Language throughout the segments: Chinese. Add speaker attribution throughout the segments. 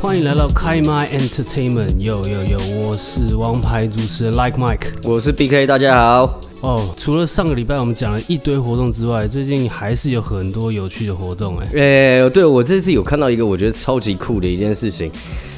Speaker 1: 欢迎来到开麦 Entertainment，有有有，我是王牌主持人 Like Mike。
Speaker 2: 我是 BK，大家好。
Speaker 1: 哦，除了上个礼拜我们讲了一堆活动之外，最近还是有很多有趣的活动哎、
Speaker 2: 诶、呃对我这次有看到一个我觉得超级酷的一件事情，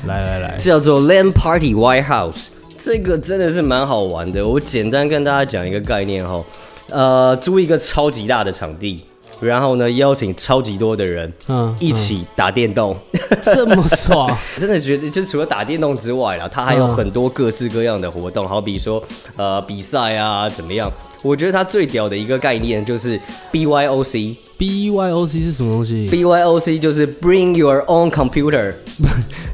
Speaker 1: 来来 来，
Speaker 2: 叫做 Land Party White House，这个真的是蛮好玩的。我简单跟大家讲一个概念哈，呃，租一个超级大的场地，然后呢邀请超级多的人
Speaker 1: 嗯，
Speaker 2: 一起打电动。
Speaker 1: 这么爽，
Speaker 2: 真的觉得，就除了打电动之外啦，它还有很多各式各样的活动，好比说呃比赛啊怎么样。我觉得它最屌的一个概念就是 BYOC。
Speaker 1: B Y O C 是什么东西？
Speaker 2: BYOC 就是 Bring Your Own Computer，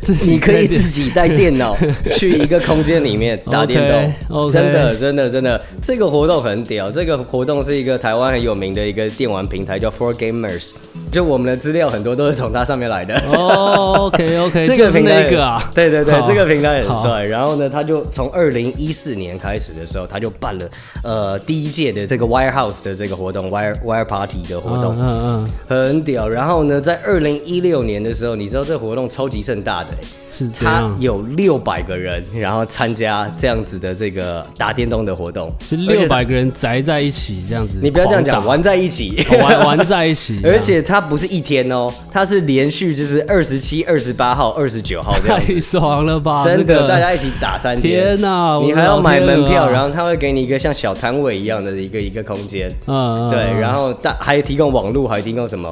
Speaker 1: 自己
Speaker 2: 你可
Speaker 1: 开
Speaker 2: 以自己带电脑 去一个空间里面打电动，
Speaker 1: OK，OK
Speaker 2: 真的真的真的，这个活动很屌。这个活动是一个台湾很有名的一个电玩平台叫 Four Gamers，就我们的资料很多都是从它上面来的。
Speaker 1: 哦，OK OK，
Speaker 2: 这
Speaker 1: 就
Speaker 2: 个
Speaker 1: 是
Speaker 2: 平台
Speaker 1: 那个啊，
Speaker 2: 对对对
Speaker 1: 好，
Speaker 2: 这个平台很
Speaker 1: 好嗯
Speaker 2: 帅。然后呢，他就从二零一四年开始的时候，他就办了呃第一届的这个 Wire House 的这个活动，Wire Wire Party 的活动
Speaker 1: 嗯。嗯嗯，
Speaker 2: 很屌。然后呢，在二零一六年的时候，你知道这活动超级盛大的、欸，
Speaker 1: 是这
Speaker 2: 他
Speaker 1: 样，
Speaker 2: 有六百个人，然后参加这样子的这个打电动的活动，
Speaker 1: 是
Speaker 2: 而且
Speaker 1: 六百个人宅在一起这样子，
Speaker 2: 你不要这样讲，
Speaker 1: 狂
Speaker 2: 玩在一 起。，
Speaker 1: 打玩玩在一起
Speaker 2: 而且它不是一天哦，它是连续就是二十七、二十八号、二十九号这样 子，
Speaker 1: 太爽了吧，
Speaker 2: 真
Speaker 1: 这
Speaker 2: 的，
Speaker 1: 个
Speaker 2: 大家一起打三
Speaker 1: 天哪我的
Speaker 2: 你还要买
Speaker 1: 老天鹅
Speaker 2: 门票，
Speaker 1: 啊
Speaker 2: 然后他会给你一个像小摊位一样的一个一个空间，
Speaker 1: 嗯，嗯
Speaker 2: 对，
Speaker 1: 嗯
Speaker 2: 然后大还提供网络，还提供什么？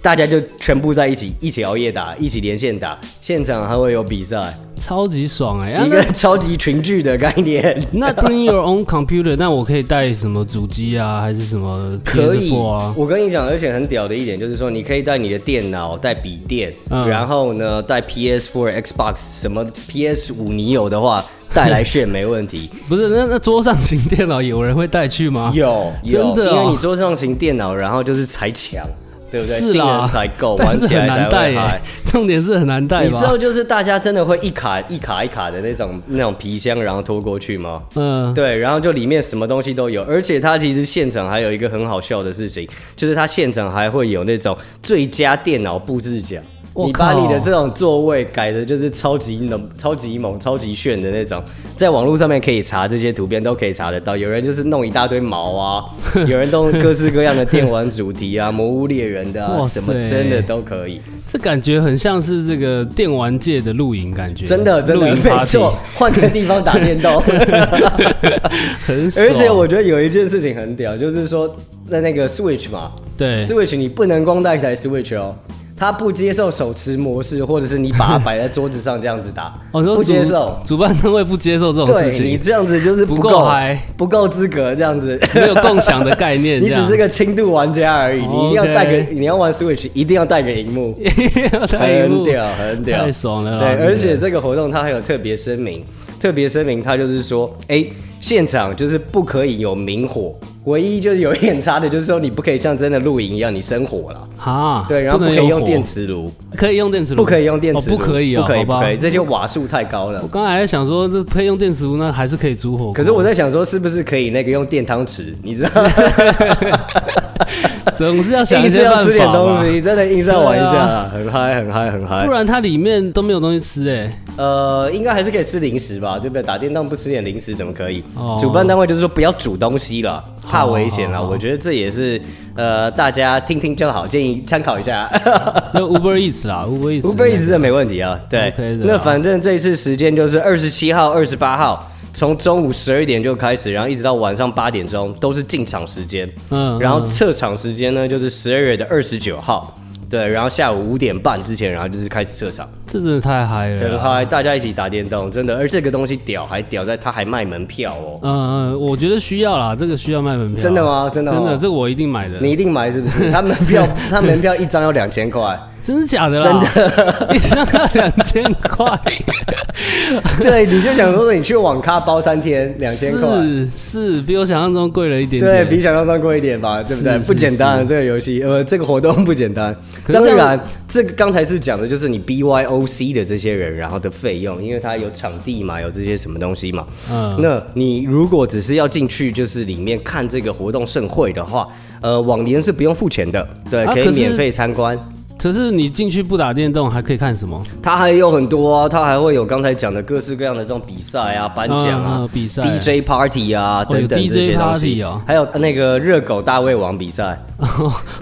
Speaker 2: 大家就全部在一起，一起熬夜打，一起连线打，现场还会有比赛，
Speaker 1: 超级爽哎、啊
Speaker 2: 一个超级群聚的概 念。
Speaker 1: 那那 bring your own computer，那我可以带什么主机啊，还是什么
Speaker 2: 可以
Speaker 1: PS4 啊，？
Speaker 2: 我跟你讲，而且很屌的一点就是说，你可以带你的电脑、带笔电，
Speaker 1: 嗯
Speaker 2: 然后呢带 PS4、Xbox 什么 PS5，你有的话带来炫没 问题。
Speaker 1: 不是，那那桌上型电脑有人会带去吗？
Speaker 2: 有有，
Speaker 1: 啊真的哦
Speaker 2: 因为你桌上型电脑，然后就是才强，对不对？
Speaker 1: 是
Speaker 2: 性
Speaker 1: 啦，
Speaker 2: 能才够，
Speaker 1: 但
Speaker 2: 玩
Speaker 1: 是
Speaker 2: 起
Speaker 1: 很
Speaker 2: 来才
Speaker 1: 难带
Speaker 2: 会
Speaker 1: 耶、
Speaker 2: 嗨。
Speaker 1: 重点是很难带
Speaker 2: 你知
Speaker 1: 吧
Speaker 2: 道？就是大家真的会一卡一卡一卡的那种那种皮箱，然后拖过去吗？
Speaker 1: 嗯，
Speaker 2: 对，然后就里面什么东西都有，而且它其实现场还有一个很好笑的事情，就是它现场还会有那种最佳电脑布置奖。
Speaker 1: 我
Speaker 2: 你把
Speaker 1: 靠
Speaker 2: 你的这种座位改的就是超级猛、超级猛、超级炫的那种，在网络上面可以查这些图片都可以查得到。有人就是弄一大堆毛啊，有人弄各式各样的电玩主题啊、魔物猎人的啊，
Speaker 1: 哇
Speaker 2: 什么
Speaker 1: 塞
Speaker 2: 真的都可以。
Speaker 1: 这感觉很像是这个电玩界的露营感觉，
Speaker 2: 真的真
Speaker 1: 露
Speaker 2: 的
Speaker 1: 营
Speaker 2: 没
Speaker 1: party，
Speaker 2: 错， 换个地方打电 动。
Speaker 1: 很爽。
Speaker 2: 而且我觉得有一件事情很屌，就是说那那个 Switch 嘛
Speaker 1: 对，
Speaker 2: ，Switch 你不能光带一台 Switch 哦。它不接受手持模式，或者是你把它摆在桌子上这样子 打
Speaker 1: 我哦说
Speaker 2: 不接
Speaker 1: 主
Speaker 2: 受。
Speaker 1: 主办单位不接受这种事
Speaker 2: 对你
Speaker 1: 情，
Speaker 2: 哦这样子就是
Speaker 1: 不
Speaker 2: 不
Speaker 1: 够
Speaker 2: 够
Speaker 1: 嗨，
Speaker 2: 不够资格 这样子。
Speaker 1: 没有共享的概念，
Speaker 2: 你
Speaker 1: 这
Speaker 2: 只
Speaker 1: 样
Speaker 2: 是个轻度玩家而已，你一定要带个
Speaker 1: OK
Speaker 2: 你要玩 Switch 一定要带个荧幕。
Speaker 1: 太
Speaker 2: 很屌，很屌，
Speaker 1: 太爽了啦
Speaker 2: 对，
Speaker 1: 真的
Speaker 2: 而且这个活动它还有特别声明，特别声明它就是说，哎、现场就是不可以有明火，唯一就是有一点差的就是说你不可以像真的露营一样你生火了。
Speaker 1: 啊，
Speaker 2: 对，然后不可
Speaker 1: 能
Speaker 2: 以用
Speaker 1: 火
Speaker 2: 电，磁炉，
Speaker 1: 可以用电磁炉，
Speaker 2: 不可以用电磁
Speaker 1: 哦，
Speaker 2: 炉、
Speaker 1: 不可以啊，
Speaker 2: 不可以，
Speaker 1: 好
Speaker 2: 不
Speaker 1: 吧
Speaker 2: 可以，这些瓦数太高了
Speaker 1: 我。刚才还在想说，这可以用电磁炉，那还是可以煮火锅。
Speaker 2: 可是我在想说，是不是可以那个用电汤匙？你知道，
Speaker 1: 总是要 想一
Speaker 2: 硬是
Speaker 1: 些办
Speaker 2: 要
Speaker 1: 法
Speaker 2: 吃点东
Speaker 1: 吧，
Speaker 2: 西，真的硬是要玩一下
Speaker 1: 对
Speaker 2: 啦，很嗨，很嗨，很嗨
Speaker 1: 不。然它里面都没有东西吃哎、
Speaker 2: 呃，应该还是可以吃零食吧，对不对？打电动不吃点零食怎么可以？
Speaker 1: 哦
Speaker 2: 主办单位就是说不要煮东西了，怕危险
Speaker 1: 好
Speaker 2: 了。
Speaker 1: 好好
Speaker 2: 我觉得这也是呃，大家听听就好，建议参考 一下。
Speaker 1: 那 Uber Eats 啦，Uber Eats，Uber
Speaker 2: Uber Eats 这没问题啊，对。
Speaker 1: OK 的啊
Speaker 2: 那反正这一次时间就是二十七号、二十八号，从中午十二点就开始，然后一直到晚上八点钟都是进场时间。
Speaker 1: 嗯，
Speaker 2: 然后撤场时间呢就是十二月的二十九号，对，然后下午五点半之前，然后就是开始撤场。
Speaker 1: 这真的太嗨了
Speaker 2: 很
Speaker 1: 啦。
Speaker 2: 嗨，大家一起打电动，真的。而这个东西屌，还屌在它还卖门票哦。
Speaker 1: 嗯嗯，我觉得需要啦，这个需要卖门票。
Speaker 2: 真的吗真的哦
Speaker 1: 真的，这个我一定买的。
Speaker 2: 你一定买是不 是？它门票，它门票一张要两千块，
Speaker 1: 真的假的啦？真 的，一张要两千块，
Speaker 2: 对，你就想说你去网咖包三天两千块，
Speaker 1: 是是比我想象中贵了一点
Speaker 2: 对
Speaker 1: 点。
Speaker 2: 比想象中贵一点吧，对
Speaker 1: 是
Speaker 2: 不对？
Speaker 1: 是
Speaker 2: 不简单，这个游戏，呃，这个活动不简单。
Speaker 1: 可是
Speaker 2: 当
Speaker 1: 这样
Speaker 2: 然，这个刚才是讲的就是你 BYOC 的这些人，然后的费用，因为它有场地嘛，有这些什么东西嘛。
Speaker 1: 嗯，
Speaker 2: 那你如果只是要进去，就是里面看这个活动盛会的话，呃，往年是不用付钱的，对，
Speaker 1: 啊
Speaker 2: 可以
Speaker 1: 可是
Speaker 2: 免费参观。
Speaker 1: 可是你进去不打电动，还可以看什么？
Speaker 2: 它还有很多啊，它还会有刚才讲的各式各样的这种比赛啊、颁奖啊、
Speaker 1: 嗯比赛
Speaker 2: DJ party 啊
Speaker 1: 哦有
Speaker 2: 等等这
Speaker 1: DJ
Speaker 2: 些东
Speaker 1: party
Speaker 2: 西
Speaker 1: 哦
Speaker 2: 还有那个热狗大胃王比赛，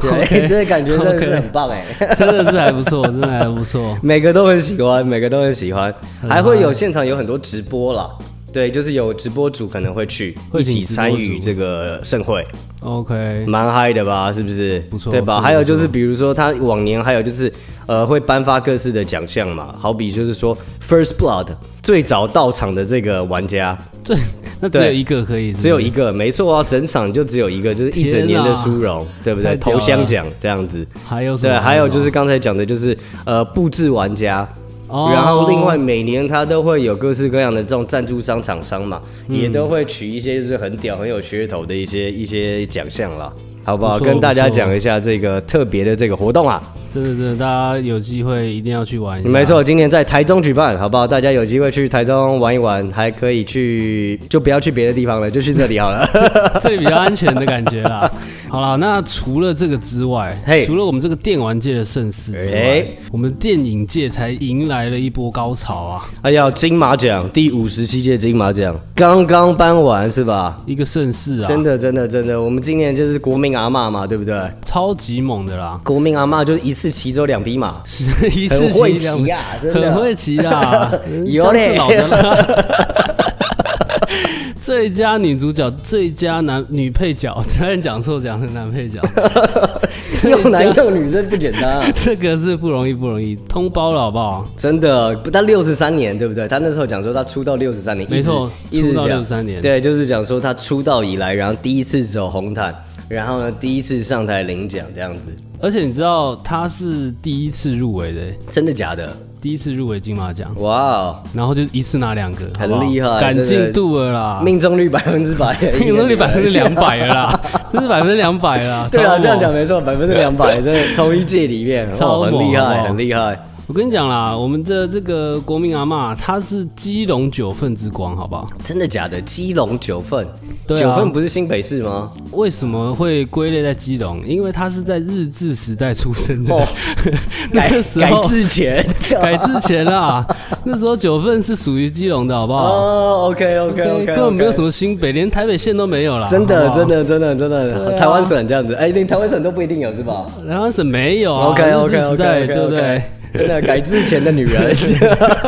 Speaker 2: 对，
Speaker 1: OK
Speaker 2: 这感觉真的是
Speaker 1: OK
Speaker 2: 很棒哎。
Speaker 1: 真的是还不错，真的还不错。
Speaker 2: 每个都很喜欢，每个都很喜欢，
Speaker 1: 嗯
Speaker 2: 还会有现场有很多直播啦。对，就是有直播主可能会去
Speaker 1: 会
Speaker 2: 一
Speaker 1: 请
Speaker 2: 起
Speaker 1: 直播
Speaker 2: 参与
Speaker 1: 主
Speaker 2: 这个盛会，
Speaker 1: OK，
Speaker 2: 蛮嗨的吧？是不是？
Speaker 1: 不错
Speaker 2: 对
Speaker 1: 这
Speaker 2: 吧？
Speaker 1: 个
Speaker 2: 还有就
Speaker 1: 不
Speaker 2: 是比如说他往年还有就是呃会颁发各式的奖项嘛，好比就是说 First Blood 最早到场的这个玩家
Speaker 1: 对，那只有一个可以，
Speaker 2: 只有一
Speaker 1: 个。
Speaker 2: 个，没错啊，整场就只有一个，就是一整年的
Speaker 1: 天啊
Speaker 2: 殊荣，对不对？
Speaker 1: 太屌
Speaker 2: 头香
Speaker 1: 了
Speaker 2: 奖这样子。
Speaker 1: 还有什么？
Speaker 2: 对，还有就是刚才讲的，就是呃布置玩家。
Speaker 1: 哦
Speaker 2: 然后，另外每年它都会有各式各样的这种赞助商厂商嘛，也都会取一些就是很屌、很有噱头的一些一些奖项啦，好不好？
Speaker 1: 不错
Speaker 2: 跟大家
Speaker 1: 不错
Speaker 2: 讲一下这个特别的这个活动啊，
Speaker 1: 真的真的，大家有机会一定要去玩一下。
Speaker 2: 没错，今年在台中举办，好不好？大家有机会去台中玩一玩，还可以去，就不要去别的地方了，就去这里好了。
Speaker 1: 这里比较安全的感觉啦。好啦，那除了这个之外
Speaker 2: 嘿
Speaker 1: 除了我们这个电玩界的盛世之外
Speaker 2: 哎
Speaker 1: 我们电影界才迎来了一波高潮啊，
Speaker 2: 哎呀，金马奖第五十七届金马奖刚刚颁完是吧？
Speaker 1: 一个盛世啊，
Speaker 2: 真的，真的，真的，我们今年就是国民阿嬷嘛，对不对？
Speaker 1: 超级猛的啦，
Speaker 2: 国民阿嬷就是一次骑走两 匹马，
Speaker 1: 是一次
Speaker 2: 很会
Speaker 1: 骑两
Speaker 2: 骑啊，真的，
Speaker 1: 很会骑啊
Speaker 2: 有嘞
Speaker 1: 江志老的啦。 最佳女主角、最佳男女配角， 差点讲错，讲成男配角。
Speaker 2: 又男又女，真不简单啊！
Speaker 1: 这个是不容易，不容易，通包了好不好？
Speaker 2: 真的，不他六十三年，对不对？他那时候讲说他出道六十三年，
Speaker 1: 没错
Speaker 2: 一直一直
Speaker 1: 出道
Speaker 2: 讲
Speaker 1: 63年
Speaker 2: 对，就是讲说他出道以来，然后第一次走红毯，然后呢，第一次上台领奖这样子，
Speaker 1: 而且你知道她是第一次入围的、
Speaker 2: 真的假的？
Speaker 1: 第一次入围金马奖，
Speaker 2: 哇哦，
Speaker 1: 然后就一次拿两个，好
Speaker 2: 很
Speaker 1: 不好
Speaker 2: 厉害
Speaker 1: 赶
Speaker 2: 真
Speaker 1: 进
Speaker 2: 的
Speaker 1: 度了啦，
Speaker 2: 命中率百分之百，
Speaker 1: 啊 命中率百分之两百了啦，这是百分之两百了啦。
Speaker 2: 啊 对
Speaker 1: 超
Speaker 2: 啊，
Speaker 1: 猛
Speaker 2: 这样讲。没错，百分之两百，真的同一届里面，
Speaker 1: 超
Speaker 2: 哇很
Speaker 1: 猛
Speaker 2: 厉
Speaker 1: 好不
Speaker 2: 害，
Speaker 1: 好
Speaker 2: 很厉害。
Speaker 1: 我跟你讲啦，我们的这个国民阿嬷，她是基隆九份之光，好不好？
Speaker 2: 真的假的？基隆九份，
Speaker 1: 对啊
Speaker 2: 九份不是新北市吗？
Speaker 1: 为什么会归类在基隆？因为她是在日治时代出生 的，
Speaker 2: 哦
Speaker 1: 那个时候
Speaker 2: 改 制前。
Speaker 1: 改之前啦， 那时候九份是属于基隆的，好不好？
Speaker 2: 哦，OK OK OK，
Speaker 1: 根本没有什
Speaker 2: 么。
Speaker 1: 么新北，连台北县都没有啦。
Speaker 2: 真
Speaker 1: 好
Speaker 2: 的，
Speaker 1: 不好
Speaker 2: 真。的，真的，真的，
Speaker 1: 对啊
Speaker 2: 台湾省这样子，哎，连台湾省都不一定有是吧
Speaker 1: 台湾省没有啊
Speaker 2: ？OK
Speaker 1: 日
Speaker 2: OK
Speaker 1: 治时
Speaker 2: OK，
Speaker 1: 代对不对？？
Speaker 2: 真的，改制前的女人，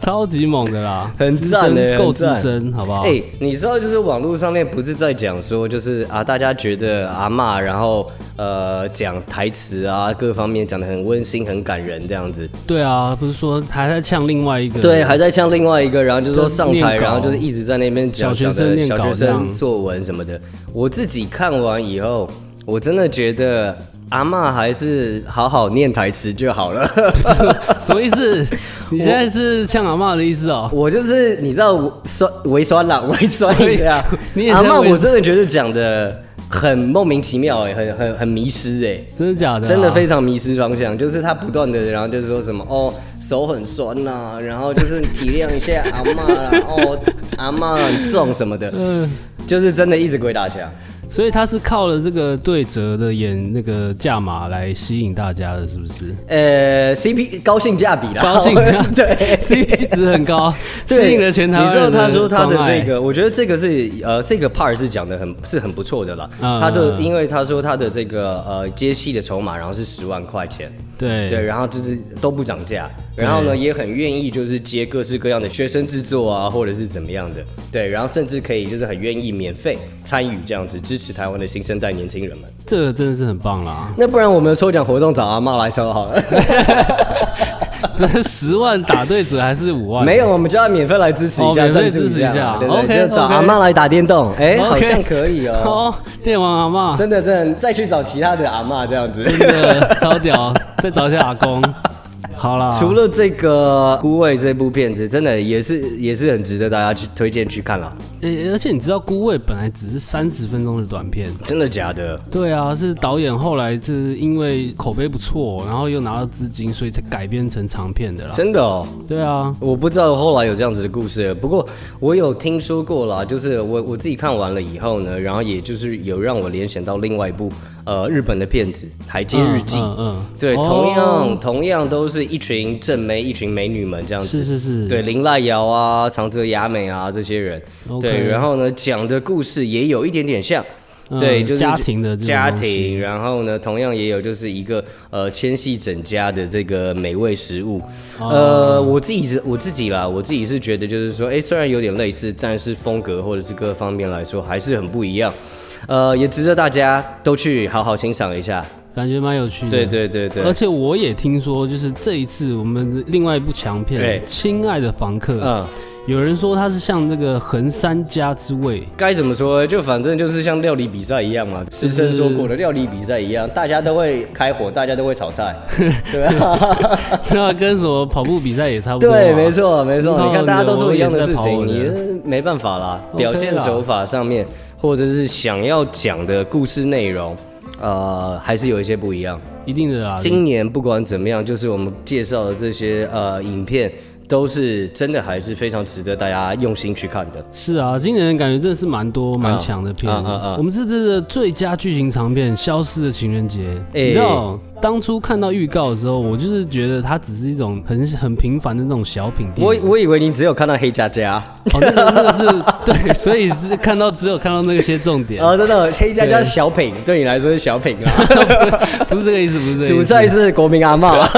Speaker 1: 超级猛的啦，
Speaker 2: 很
Speaker 1: 资
Speaker 2: 赞
Speaker 1: 深
Speaker 2: 欸
Speaker 1: 够
Speaker 2: 很
Speaker 1: 资
Speaker 2: 赞
Speaker 1: 深，好不好？
Speaker 2: 哎，你知道就是网络上面不是在讲说，就是啊，大家觉得阿嬷，然后呃讲台词啊，各方面讲的很温馨、很感人这样子，
Speaker 1: 对啊，不是说还在呛另外一个
Speaker 2: 对，啊还在像另外一个，然后就说上台，
Speaker 1: 念稿
Speaker 2: 然后就是一直在那边讲
Speaker 1: 小学生
Speaker 2: 讲的
Speaker 1: 念稿
Speaker 2: 小学
Speaker 1: 这
Speaker 2: 生
Speaker 1: 样
Speaker 2: 作文什么的。我自己看完以后，我真的觉得阿嬷还是好好念台词就 好了。
Speaker 1: 什么意 思？你现在是呛阿嬷的意思哦？
Speaker 2: 我就是你知道我酸微酸啦，微酸一下
Speaker 1: 你也。在
Speaker 2: 阿嬷，
Speaker 1: 微
Speaker 2: 我真的觉得讲的很莫名其妙哎、很很很迷失哎、
Speaker 1: 真的假的啊、
Speaker 2: 真的非常迷失方向，就是他不断的，然后就是说什么哦，手很酸呐、然后就是体谅一下阿嬷 啦，哦，阿嬷很重什么的，
Speaker 1: 嗯，
Speaker 2: 就是真的一直鬼打墙。
Speaker 1: 所以他是靠了这个对折的演那个价码来吸引大家的，是不 是？
Speaker 2: 呃，CP 高性价比啦，
Speaker 1: 高兴啊
Speaker 2: 对
Speaker 1: ，CP 值很高，
Speaker 2: 对
Speaker 1: 吸引了全台湾
Speaker 2: 你知道他说他
Speaker 1: 人
Speaker 2: 的这
Speaker 1: 关爱
Speaker 2: 个，我觉得这个是呃，这个 part 是讲的很是很不错的啦。
Speaker 1: 嗯
Speaker 2: 他的
Speaker 1: 嗯嗯
Speaker 2: 因为他说他的这个呃接戏的筹码，然后是十万块钱。
Speaker 1: 对
Speaker 2: 对，然后就是都不涨价，然后呢也很愿意就是接各式各样的学生制作啊，或者是怎么样的，对，然后甚至可以就是很愿意免费参与这样子，支持台湾的新生代年轻人们。
Speaker 1: 这个真的是很棒啦。
Speaker 2: 那不然我们的抽奖活动找阿妈来抽好了，
Speaker 1: 不是十万打对折还是五万？
Speaker 2: 没有，我们就要免费来支持一
Speaker 1: 哦
Speaker 2: 下，
Speaker 1: 免费
Speaker 2: 赞助
Speaker 1: 支持一下
Speaker 2: 对不
Speaker 1: OK，
Speaker 2: 对？就找
Speaker 1: OK
Speaker 2: 阿妈来打电动，哎，
Speaker 1: OK
Speaker 2: 好像可以 哦。
Speaker 1: 哦，电玩阿嬷。
Speaker 2: 真的，真的，再去找其他的阿妈这样子。
Speaker 1: 真的超屌，再找一下阿公。好啦，
Speaker 2: 除了这个《孤味》这部片子，真的也是也是很值得大家去推荐去看了。
Speaker 1: 诶、而且你知道《孤味》本来只是三十分钟的短片，
Speaker 2: 真的假的？
Speaker 1: 对啊，是导演后来是因为口碑不错，然后又拿到资金，所以才改编成长片的啦。
Speaker 2: 真的哦。
Speaker 1: 对啊，
Speaker 2: 我不知道后来有这样子的故事，不过我有听说过啦，就是我我自己看完了以后呢，然后也就是有让我联想到另外一部呃日本的片子《海街日记》
Speaker 1: 嗯嗯嗯
Speaker 2: 对，
Speaker 1: 哦
Speaker 2: 同样、同样都是一群正妹，一群美女们这样子。
Speaker 1: 是是是，
Speaker 2: 对，林濑遥啊、长泽雅美啊这些人
Speaker 1: OK
Speaker 2: 对，然后呢讲的故事也有一点点像。
Speaker 1: 嗯
Speaker 2: 对，就是
Speaker 1: 家庭的这种
Speaker 2: 家
Speaker 1: 东西
Speaker 2: 庭，然后呢，同样也有就是一个呃千系整家的这个美味食物。
Speaker 1: 哦
Speaker 2: 呃，我自己是我自己啦，我自己是觉得就是说，哎，虽然有点类似，但是风格或者是各方面来说还是很不一样。呃，也值得大家都去好好欣赏一下。
Speaker 1: 感觉蛮有趣的。
Speaker 2: 对对对对
Speaker 1: 嗯而，且我也听说，就是这一次我们的另外一部强片
Speaker 2: 对
Speaker 1: 《亲爱的房客》
Speaker 2: 嗯，
Speaker 1: 有人说它是像那个横山家之 味，
Speaker 2: 该怎么说？就反正就是像料理比赛一样嘛，师生说过的料理比赛一样，大家都会开火，大家都会炒菜，对啊，
Speaker 1: 那跟什么跑步比赛也差不多、啊
Speaker 2: 对，没。错，没错。
Speaker 1: 嗯
Speaker 2: 你看大家都做一样的事
Speaker 1: 我
Speaker 2: 情，
Speaker 1: 也是在
Speaker 2: 你没办法啦，
Speaker 1: OK
Speaker 2: 表现手法上面，或者是想要讲的故事内容。呃，还是有一些不一样。
Speaker 1: 一定的啦，
Speaker 2: 今年不管怎么样，就是我们介绍的这些呃影片，都是真的还是非常值得大家用心去看的。
Speaker 1: 是啊，今年感觉真的是蛮多蛮强的片。
Speaker 2: 嗯嗯嗯
Speaker 1: 我们是这个最佳剧情长片《消失的情人节》
Speaker 2: 哎
Speaker 1: 你知道当初看到预告的时候，我就是觉得它只是一种很很平凡的那种小品电
Speaker 2: 我
Speaker 1: 影。
Speaker 2: 我以为你只有看到黑加加
Speaker 1: 哦，那个那个是对， 所以是看到只有看到那些重点，
Speaker 2: 啊，真的黑加加
Speaker 1: 对
Speaker 2: 是小品，对你来说是小品 啊。
Speaker 1: 不是这个意思，不是这个意思。
Speaker 2: 主菜是国民阿嬷。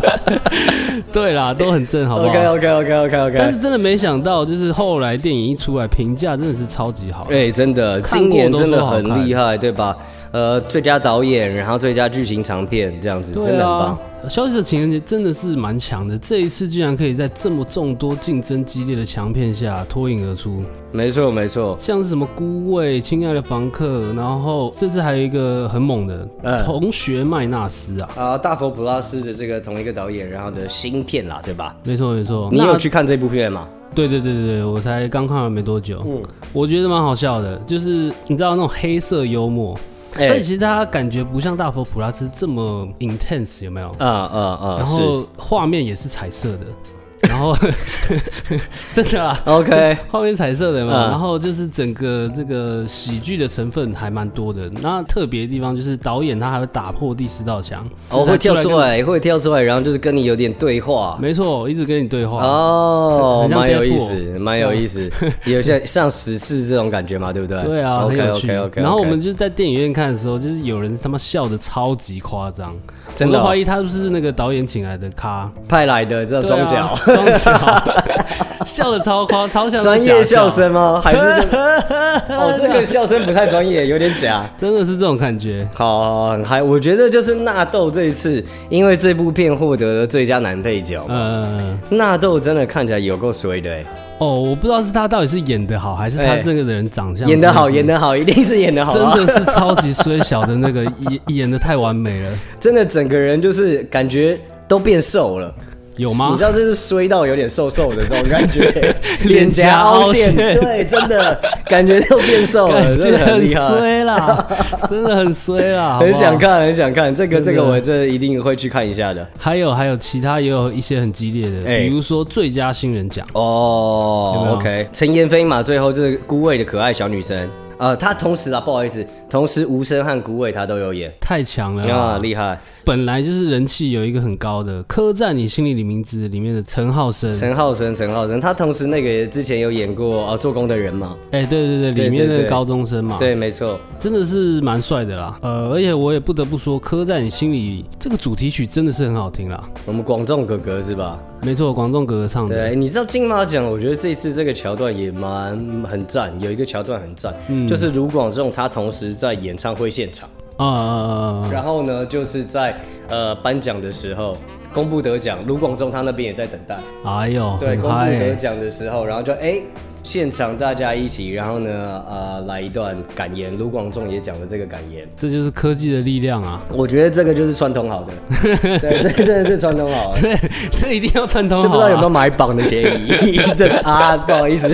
Speaker 1: 对啦，都很正，好不好
Speaker 2: OK OK OK OK
Speaker 1: 但
Speaker 2: OK
Speaker 1: 是。真的没想到，就是后来电影一出来，评价真的是超级好。
Speaker 2: 哎、真的，
Speaker 1: 看
Speaker 2: 今
Speaker 1: 过
Speaker 2: 年
Speaker 1: 都
Speaker 2: 真
Speaker 1: 说
Speaker 2: 的
Speaker 1: 好
Speaker 2: 很
Speaker 1: 看
Speaker 2: 厉害，对吧？呃，最佳导演，然后最佳剧情长片，这样子、真的很棒。。
Speaker 1: 消失的情人节真的是蛮强的，这一次竟然可以在这么众多竞争激烈的强片下脱颖而出，
Speaker 2: 没错没错，
Speaker 1: 像是什么《孤味》《亲爱的房客》，然后甚至还有一个很猛的《
Speaker 2: 嗯
Speaker 1: 同学麦纳斯》啊，
Speaker 2: 啊、大佛普拉斯的这个同一个导演，然后的新片啦，对吧？
Speaker 1: 没错没错。
Speaker 2: 你
Speaker 1: 那
Speaker 2: 有去看这部片吗？
Speaker 1: 对对对对对，我才刚看完没多久，
Speaker 2: 嗯
Speaker 1: 我觉得蛮好笑的，就是你知道那种黑色幽默，
Speaker 2: 哎
Speaker 1: 但其实他感觉不像大佛普拉斯这么 intense，有没有？
Speaker 2: 啊啊啊
Speaker 1: 然
Speaker 2: 是
Speaker 1: 后画面也是彩色的， 然 后真的啦，
Speaker 2: OK，
Speaker 1: 画面彩色的嘛，
Speaker 2: 嗯
Speaker 1: 然后就是整个这个喜剧的成分还蛮多的。那特别的地方就是导演他还会打破第四道墙，
Speaker 2: 哦会跳出
Speaker 1: 跟，
Speaker 2: 来，会跳出来，然后就是跟你有点对话。
Speaker 1: 没错，一直跟你对话。
Speaker 2: 哦，
Speaker 1: 很像
Speaker 2: 蛮有意
Speaker 1: Deadpool 哦
Speaker 2: 思，蛮有意思， 有像像十四这种感觉嘛，对不对？
Speaker 1: 对啊，很
Speaker 2: ，OK
Speaker 1: 有趣。
Speaker 2: OK OK。
Speaker 1: 然后我们就在电影院看的时候，就是有人他妈笑的超级夸张，
Speaker 2: 真的
Speaker 1: 我
Speaker 2: 哦
Speaker 1: 都怀疑他是不是那个导演请来的咖，
Speaker 2: 派来的这种
Speaker 1: 对啊
Speaker 2: 装脚，
Speaker 1: 装 脚， 笑的超夸，超像是
Speaker 2: 专
Speaker 1: 假
Speaker 2: 业笑，声 吗？还是就 哦，这个笑声不太专业，有点假。
Speaker 1: 真的是这种感觉。
Speaker 2: 好好，好很嗨！我觉得就是纳豆这一次，因为这部片获得了最佳男配角，
Speaker 1: 呃，
Speaker 2: 纳豆真的看起来有够衰的、欸，
Speaker 1: 哦，我不知道是他到底是演的好，还是他
Speaker 2: 哎
Speaker 1: 这个人长相
Speaker 2: 演得好，
Speaker 1: 真
Speaker 2: 演
Speaker 1: 的
Speaker 2: 得好，一定是演得好、
Speaker 1: 是。
Speaker 2: 啊，
Speaker 1: 真的是超级衰小的那个 演演的太完美了，
Speaker 2: 真的整个人就是感觉都变瘦了。
Speaker 1: 有吗，
Speaker 2: 你知？道这是衰到有点瘦瘦的这种感觉 脸颊凹陷，
Speaker 1: 脸颊凹陷
Speaker 2: 对，真的感觉都变瘦了，
Speaker 1: 感
Speaker 2: 真
Speaker 1: 觉
Speaker 2: 的很
Speaker 1: 很
Speaker 2: 厉害，
Speaker 1: 衰 啦，真的很衰啊啦，好不好
Speaker 2: 很想。看，很想看这个，这
Speaker 1: 真的
Speaker 2: 个我这一定会去看一下的。
Speaker 1: 还有还有其他也有一些很激烈的，
Speaker 2: 哎
Speaker 1: 比如说最佳新人奖，有没有
Speaker 2: 哦、o k 陈妍霏嘛，最后这个孤味的可爱小女生，呃，她同时啊，不好意思，同时无声和孤味她都有演，
Speaker 1: 太强了
Speaker 2: 啊，
Speaker 1: 啦！
Speaker 2: 厉害！
Speaker 1: 本来就是人气有一个很高的《刻在你心里的名字》里面的陈浩生，
Speaker 2: 陈浩生，陈浩生，她同时那个之前有演过啊，做工的人嘛，
Speaker 1: 哎，对对对，
Speaker 2: 对
Speaker 1: 里面
Speaker 2: 对
Speaker 1: 那个
Speaker 2: 对
Speaker 1: 高中生嘛，
Speaker 2: 对，没错，
Speaker 1: 真的是蛮帅的啦，呃，而且我也不得不说，刻在你心里这个主题曲真的是很好听啦。
Speaker 2: 我们广仲哥哥是吧？
Speaker 1: 没错，广仲哥哥唱的，
Speaker 2: 对，你知道金马奖，我觉得这次这个桥段也蛮很赞，有一个桥段很赞，就是卢广仲他同时在演唱会现场，
Speaker 1: 啊啊啊
Speaker 2: 然后呢就是在呃颁奖的时候公布得奖，卢广仲他那边也在等待，
Speaker 1: 啊！哎呦，
Speaker 2: 对，
Speaker 1: 很
Speaker 2: 公布
Speaker 1: 嗨
Speaker 2: 得
Speaker 1: 欸，
Speaker 2: 奖的时候，然后就哎、现场大家一起，然后呢呃来一段感言，卢广仲也讲了这个感言。
Speaker 1: 这就是科技的力量啊！
Speaker 2: 我觉得这个就是串通好的，对，这真的是串 通好的，
Speaker 1: 对，这一定要串通
Speaker 2: 这不
Speaker 1: 好
Speaker 2: 知道有没有
Speaker 1: 啊！
Speaker 2: 买榜的嫌疑？这个啊，不好意思。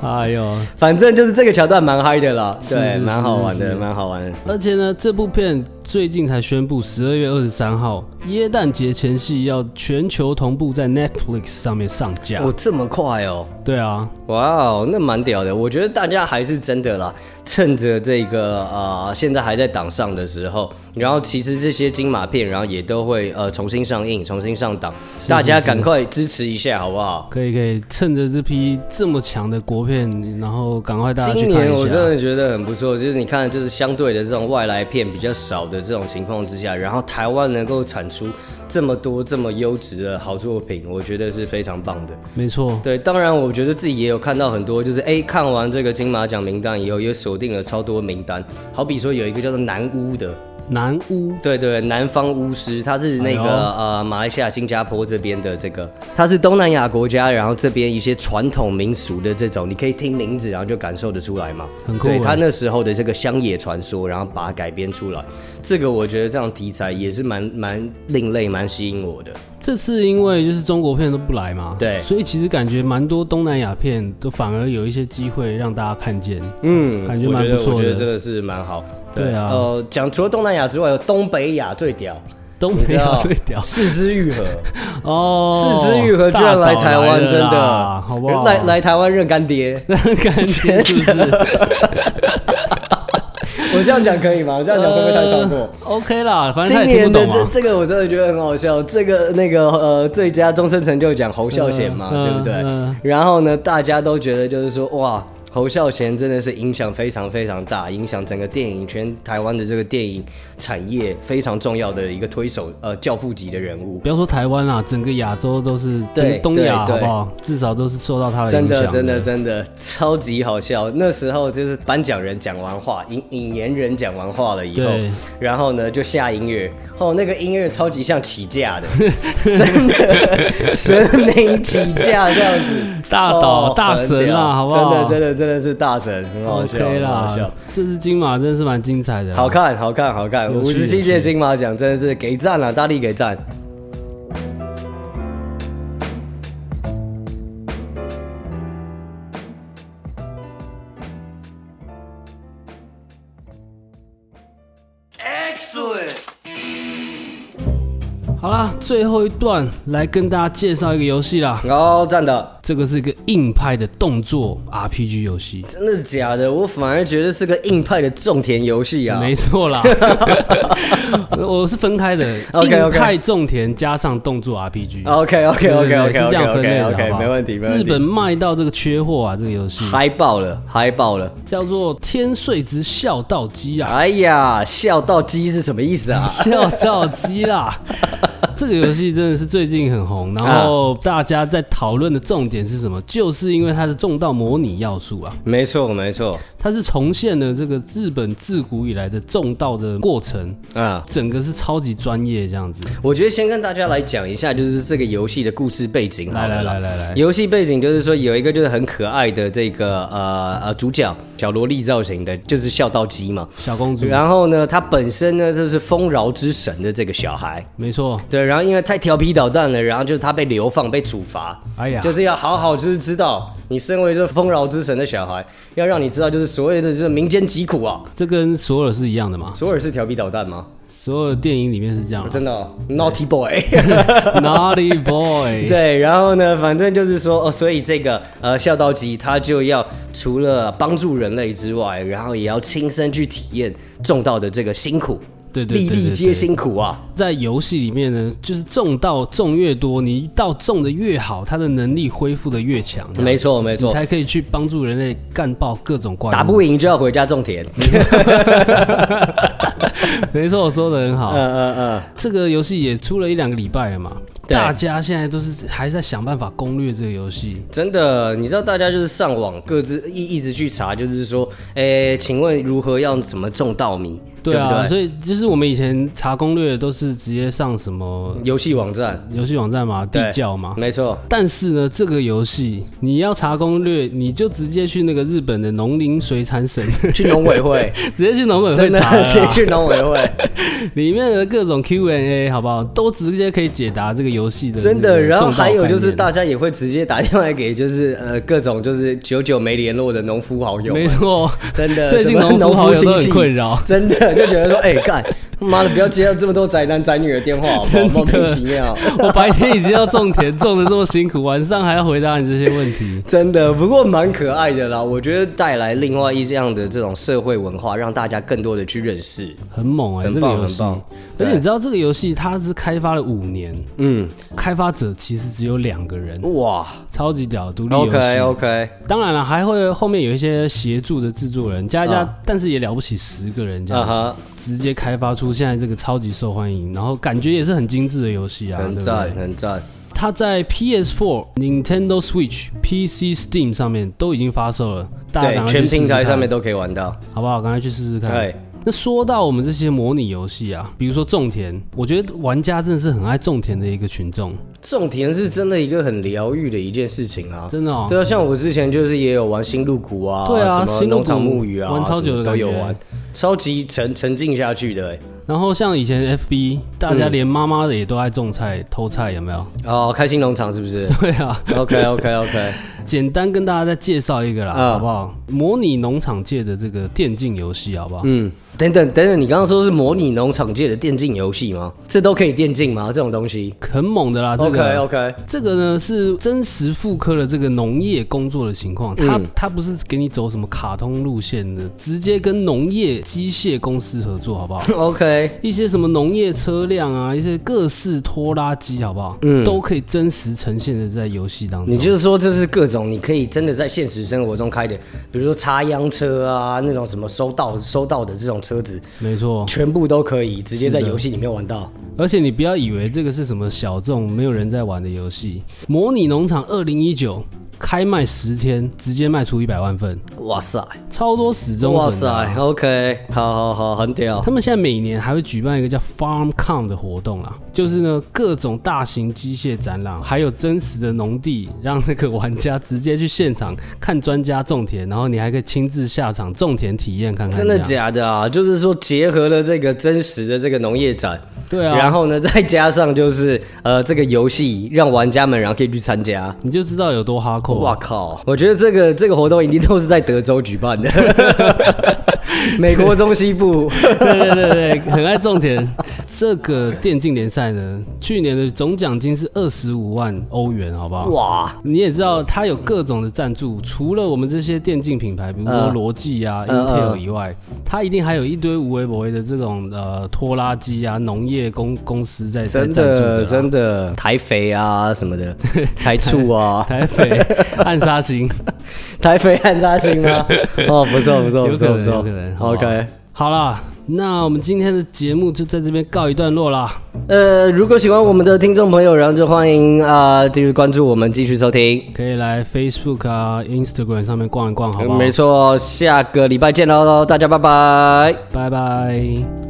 Speaker 1: 哎呦，
Speaker 2: 反正就是这个桥段蛮嗨的啦，
Speaker 1: 是
Speaker 2: 对
Speaker 1: 是，
Speaker 2: 蛮好玩
Speaker 1: 是
Speaker 2: 的，
Speaker 1: 是
Speaker 2: 蛮好玩的。
Speaker 1: 而且呢，这部片最近才宣布，十二月二十三号耶诞节前夕要全球同步在 Netflix 上面上架。
Speaker 2: 哦，这么快哦！
Speaker 1: 对啊，
Speaker 2: 哇哦，那蛮屌的。我觉得大家还是真的啦，趁着这个呃现在还在档上的时候，然后其实这些金马片，然后也都会呃重新上映、重新上档，大家赶快支持一下，好不好？
Speaker 1: 可以可以，趁着这批这么强的国片，然后赶快大家去
Speaker 2: 今
Speaker 1: 看
Speaker 2: 年
Speaker 1: 一
Speaker 2: 我真
Speaker 1: 下。
Speaker 2: 的觉得很不错，就是你看，就是相对的这种外来片比较少的这种情况之下，然后台湾能够产出这么多这么优质的好作品，我觉得是非常棒的。
Speaker 1: 没错，
Speaker 2: 对，当然，我觉得自己也有看到很多，就是哎，看完这个金马奖名单以后，也锁定了超多名单。好比说有一个叫做南巫的，
Speaker 1: 南屋
Speaker 2: 对对，南方巫师，他是那个、
Speaker 1: 哎呦
Speaker 2: 呃马来西亚、新加坡这边的这个，他是东南亚国家，然后这边一些传统民俗的这种，你可以听名字然后就感受得出来嘛。
Speaker 1: 很酷
Speaker 2: 对
Speaker 1: 哎
Speaker 2: 他那时候的这个乡野传说，然后把它改编出来，这个我觉得这样题材也是蛮蛮另类、蛮吸引我的。
Speaker 1: 这次因为就是中国片都不来嘛，
Speaker 2: 对
Speaker 1: 所以其实感觉蛮多东南亚片都反而有一些机会让大家看见。
Speaker 2: 嗯，
Speaker 1: 感觉
Speaker 2: 我
Speaker 1: 蛮
Speaker 2: 得
Speaker 1: 不错
Speaker 2: 我觉得
Speaker 1: 的
Speaker 2: 真的是蛮好。
Speaker 1: 对啊
Speaker 2: 呃，讲除了东南亚之外，有东北亚 最屌，
Speaker 1: 东
Speaker 2: 你
Speaker 1: 北
Speaker 2: 知道
Speaker 1: 亚最 屌
Speaker 2: 四肢愈合，
Speaker 1: 哦，
Speaker 2: 四肢愈合居然来台湾，真
Speaker 1: 大岛来了
Speaker 2: 的
Speaker 1: 啦好不好？，
Speaker 2: 来来台湾认干爹
Speaker 1: 感觉是不 是？
Speaker 2: 我这样讲可以吗？我这样讲会不会太超过？
Speaker 1: 呃？OK 啦，反正他
Speaker 2: 今
Speaker 1: 也听
Speaker 2: 年
Speaker 1: 不
Speaker 2: 的
Speaker 1: 懂哦
Speaker 2: 这
Speaker 1: 嘛。
Speaker 2: 这个我真的觉得很好笑，这个那个呃最佳终身成就奖侯孝贤嘛，
Speaker 1: 嗯
Speaker 2: 对不对？
Speaker 1: 嗯
Speaker 2: 然后呢，大家都觉得就是说哇。侯孝贤真的是影响非常非常大，影响整个电影圈台湾的这个电影产业非常重要的一个推手，呃，教父级的人物。
Speaker 1: 不要说台湾啦，整个亚洲都是，
Speaker 2: 对
Speaker 1: 整个东亚
Speaker 2: 对
Speaker 1: 好
Speaker 2: 对
Speaker 1: 不好？至少都是受到他的
Speaker 2: 真
Speaker 1: 影响
Speaker 2: 的，真的，真的超级好笑。那时候就是颁奖人讲完话，引引言人讲完话了以后
Speaker 1: 对，
Speaker 2: 然后呢就下音乐，哦，那个音乐超级像起价的，真的神明起价这样子，
Speaker 1: 大岛
Speaker 2: 哦
Speaker 1: 大神啦，好
Speaker 2: 很
Speaker 1: 不
Speaker 2: 屌
Speaker 1: 好？
Speaker 2: 真的，真的，真的是大神，很好笑
Speaker 1: OK
Speaker 2: 很好
Speaker 1: 啦
Speaker 2: 笑。，
Speaker 1: 这支金马真是蛮精彩的啦。
Speaker 2: 好看，好看，好看！
Speaker 1: 有趣
Speaker 2: 五十七届金马奖真的是给赞了，大力给赞。
Speaker 1: 好啦，最后一段来跟大家介绍一个游戏啦。
Speaker 2: 哦，赞的。
Speaker 1: 这个是一个硬派的动作 RPG 游戏，
Speaker 2: 真的假的？我反而觉得是个硬派的种田游戏啊！
Speaker 1: 没错 啦。我是分开的
Speaker 2: OK，OK
Speaker 1: 硬派种田加上动作 RPG。
Speaker 2: OK OK
Speaker 1: 对对
Speaker 2: OK
Speaker 1: 对
Speaker 2: OK
Speaker 1: 是这样分类的好不
Speaker 2: OK OK
Speaker 1: 好
Speaker 2: 没问题没问
Speaker 1: 日本
Speaker 2: 题，
Speaker 1: 卖到这个缺货啊，这个游戏
Speaker 2: 嗨爆了嗨爆了！
Speaker 1: 叫做《天睡之孝道机》啊，？
Speaker 2: 哎呀，笑到鸡是什么意思啊
Speaker 1: 孝道机啦。这个游戏真的是最近很红，然后
Speaker 2: 啊
Speaker 1: 大家在讨论的重点是什么？就是因为它的重到模拟要素啊，
Speaker 2: 没错没错，
Speaker 1: 它是重现了这个日本自古以来的种稻的过程，
Speaker 2: 啊。
Speaker 1: 整个是超级专业这样子。
Speaker 2: 我觉得先跟大家来讲一下，就是这个游戏的故事背景好
Speaker 1: 来
Speaker 2: 了啦。
Speaker 1: 来来来来，
Speaker 2: 游戏背景就是说有一个就是很可爱的这个呃呃主角小萝莉造型的，就是孝道鸡嘛。
Speaker 1: 小公主，
Speaker 2: 然后呢，他本身呢就是丰饶之神的这个小孩，
Speaker 1: 没错，
Speaker 2: 对，然后因为太调皮捣蛋了，然后就是他被流放、被处罚，
Speaker 1: 哎呀
Speaker 2: 就是要好好就是知道，你身为这丰饶之神的小孩，要让你知道就是所谓的这民间疾苦啊。
Speaker 1: 这跟索尔是一样的嘛？
Speaker 2: 索尔是调皮捣蛋吗？
Speaker 1: 所有的电影里面是这样 啊
Speaker 2: 真的哦、naughty boy。
Speaker 1: ，Naughty Boy，
Speaker 2: 对，然后呢，反正就是说，哦，所以这个呃孝道吉他就要除了帮助人类之外，然后也要亲身去体验种稻的这个辛苦，
Speaker 1: 对对
Speaker 2: 粒
Speaker 1: 对
Speaker 2: 粒
Speaker 1: 对
Speaker 2: 皆
Speaker 1: 对。
Speaker 2: 辛苦啊。
Speaker 1: 在游戏里面呢，就是种稻种越多，你稻种的越好，它的能力恢复的越强，这样
Speaker 2: 没错，没
Speaker 1: 你
Speaker 2: 错。
Speaker 1: 才可以去帮助人类干爆各种怪物。
Speaker 2: 打不赢就要回家种田。
Speaker 1: 没错，我说的很好。
Speaker 2: 嗯嗯嗯，
Speaker 1: 这个游戏也出了一两个礼拜了嘛，
Speaker 2: 对
Speaker 1: 大家现在都是还在想办法攻略这个游戏。
Speaker 2: 真的，你知道大家就是上网各自一一直去查，就是说，诶、请问如何要怎么种稻米？
Speaker 1: 对啊，
Speaker 2: 不对？
Speaker 1: 所以就是我们以前查攻略都是直接上什么
Speaker 2: 游戏网站，
Speaker 1: 游戏网站嘛、地
Speaker 2: 对
Speaker 1: 窖嘛。
Speaker 2: 没错，
Speaker 1: 但是呢，这个游戏你要查攻略，你就直接去那个日本的农林水产省，
Speaker 2: 去农委会，
Speaker 1: 直接去农委会
Speaker 2: 真的
Speaker 1: 查了啊
Speaker 2: 直接
Speaker 1: 啦。
Speaker 2: 去农委会，
Speaker 1: 里面的各种 Q&A 好不好，都直接可以解答这个游戏的
Speaker 2: 真
Speaker 1: 这
Speaker 2: 的。
Speaker 1: 个
Speaker 2: 然后
Speaker 1: 重大
Speaker 2: 还有
Speaker 1: 概
Speaker 2: 就是，
Speaker 1: 念
Speaker 2: 大家也会直接打电话给，就是呃各种就是久久没联络的农夫好友们，
Speaker 1: 没错，
Speaker 2: 真 的，
Speaker 1: 最近
Speaker 2: 什么
Speaker 1: 农夫
Speaker 2: 农
Speaker 1: 好友
Speaker 2: 亲
Speaker 1: 都很
Speaker 2: 戚
Speaker 1: 困扰
Speaker 2: 真的就觉得说，哎、干妈的，不要接到这么多宅男宅女的电话，好不好？
Speaker 1: 真的
Speaker 2: 莫名其妙。
Speaker 1: 我白天已经要种田种的这么辛苦，晚上还要回答你这些问题。
Speaker 2: 真的，不过蛮可爱的啦。我觉得带来另外一样的这种社会文化，让大家更多的去认识。
Speaker 1: 很猛哎、
Speaker 2: 很
Speaker 1: 这个
Speaker 2: 棒
Speaker 1: 游
Speaker 2: 很
Speaker 1: 戏
Speaker 2: 棒。
Speaker 1: 而且
Speaker 2: 对
Speaker 1: 你知道这个游戏它是开发了五年，
Speaker 2: 嗯，
Speaker 1: 开发者其实只有两个人，
Speaker 2: 哇
Speaker 1: 超级屌，独立游戏。
Speaker 2: ，OK OK，
Speaker 1: 当然了，还会后面有一些协助的制作人加一加，
Speaker 2: 啊
Speaker 1: 但是也了不起十个人这样
Speaker 2: 啊哈，
Speaker 1: 直接开发出现在这个超级受欢迎，然后感觉也是很精致的游戏啊，对
Speaker 2: 很
Speaker 1: 不
Speaker 2: 赞
Speaker 1: 对？
Speaker 2: 很赞。
Speaker 1: 它在 PS4、Nintendo Switch、PC、Steam 上面都已经发售了，大家
Speaker 2: 对
Speaker 1: 赶，快去
Speaker 2: 全
Speaker 1: 试试
Speaker 2: 平台上
Speaker 1: 看
Speaker 2: 面都可以玩到。
Speaker 1: 好不好？赶快去试试看。
Speaker 2: 对，
Speaker 1: 那说到我们这些模拟游戏啊，比如说种田，我觉得玩家真的是很爱种田的一个群众，
Speaker 2: 种田是真的一个很疗愈的一件事情啊。
Speaker 1: 真的哦。
Speaker 2: 对啊，像我之前就是也有玩新路谷啊，
Speaker 1: 对啊
Speaker 2: 什么
Speaker 1: 新路谷
Speaker 2: 农场木鱼啊，
Speaker 1: 玩超久的
Speaker 2: 什么都有
Speaker 1: 感觉
Speaker 2: 玩，超级沉沉浸下去的、欸。
Speaker 1: 然后像以前 FB，大家连妈妈的也都爱种
Speaker 2: 嗯
Speaker 1: 菜、偷菜，有没 有？
Speaker 2: 哦，开心农场是 不是
Speaker 1: 对啊，
Speaker 2: ？OK OK OK，
Speaker 1: 简单跟大家再介绍一个啦，
Speaker 2: 嗯
Speaker 1: 好不好？模拟农场界的这个电竞游戏，好不好？
Speaker 2: 嗯，等等等等，你刚刚说是模拟农场界的电竞游戏吗？这都可以电竞吗？这种东西、
Speaker 1: 很猛的啦，这
Speaker 2: o
Speaker 1: 个。
Speaker 2: k OK，
Speaker 1: 这个呢是真实复刻了这个农业工作的情况，它、
Speaker 2: 嗯
Speaker 1: 它不是给你走什么卡通路线的，直接跟农业机械公司合作，好不好？
Speaker 2: OK，
Speaker 1: 一些什么农业车辆啊，一些各式拖拉机，好不好？
Speaker 2: 嗯
Speaker 1: 都可以真实呈现的在游戏当中。
Speaker 2: 你就是说这是各种你可以真的在现实生活中开的，比如说插秧车啊，那种什么收到收到的这种车子，
Speaker 1: 没错，
Speaker 2: 全部都可以直接在游戏里面玩到。
Speaker 1: 而且你不要以为这个是什么小众、没有人在玩的游戏，《模拟农场二零一九》开卖十天，直接卖出一百万份，
Speaker 2: 哇塞，
Speaker 1: 超多死忠粉、啊。
Speaker 2: 哇塞，OK，好好好，很屌。
Speaker 1: 他们现在每年还会举办一个叫 FarmCon 的活动啦，就是呢各种大型机械展览，还有真实的农地，让那个玩家直接去现场看专家种田，然后你还可以亲自下场种田体验看看。
Speaker 2: 真的？假的啊？就是说结合了这个真实的这个农业展，
Speaker 1: 对啊，
Speaker 2: 然后呢 再加上就是呃这个游戏，让玩家们然后可以去参加。
Speaker 1: 你就知道有多哈扣。
Speaker 2: 哇靠！我觉得这个这个活动一定都是在德州举办 的，美国中西部。
Speaker 1: 对对对对，很爱种田。这个电竞联赛呢，去年的总奖金是二十五万欧元，好不好？
Speaker 2: 哇，
Speaker 1: 你也知道，它有各种的赞助，除了我们这些电竞品牌，比如说
Speaker 2: 嗯
Speaker 1: 罗技啊、
Speaker 2: 嗯
Speaker 1: Intel
Speaker 2: 嗯
Speaker 1: 以外，它一定还有一堆无微不微的这种呃拖拉机啊、农业公公司在在
Speaker 2: 真
Speaker 1: 赞助
Speaker 2: 的
Speaker 1: 的啦。啊
Speaker 2: 真的，台肥啊什么 的，台醋啊，
Speaker 1: 台北暗杀星，
Speaker 2: 台肥暗杀 星吗？哦，不错不错
Speaker 1: 有
Speaker 2: 不
Speaker 1: 可
Speaker 2: 错
Speaker 1: 能
Speaker 2: 不错
Speaker 1: 有可能好不好
Speaker 2: ，OK。
Speaker 1: 好啦，那我们今天的节目就在这边告一段落啦。
Speaker 2: 呃，如果喜欢我们的听众朋友，然后就欢迎啊、继续关注我们，继续收听。
Speaker 1: 可以来 Facebook 啊、Instagram 上
Speaker 2: 嗯
Speaker 1: 面逛一逛，好不好？
Speaker 2: 没错，下个礼拜见喽，大家拜拜。
Speaker 1: 拜拜。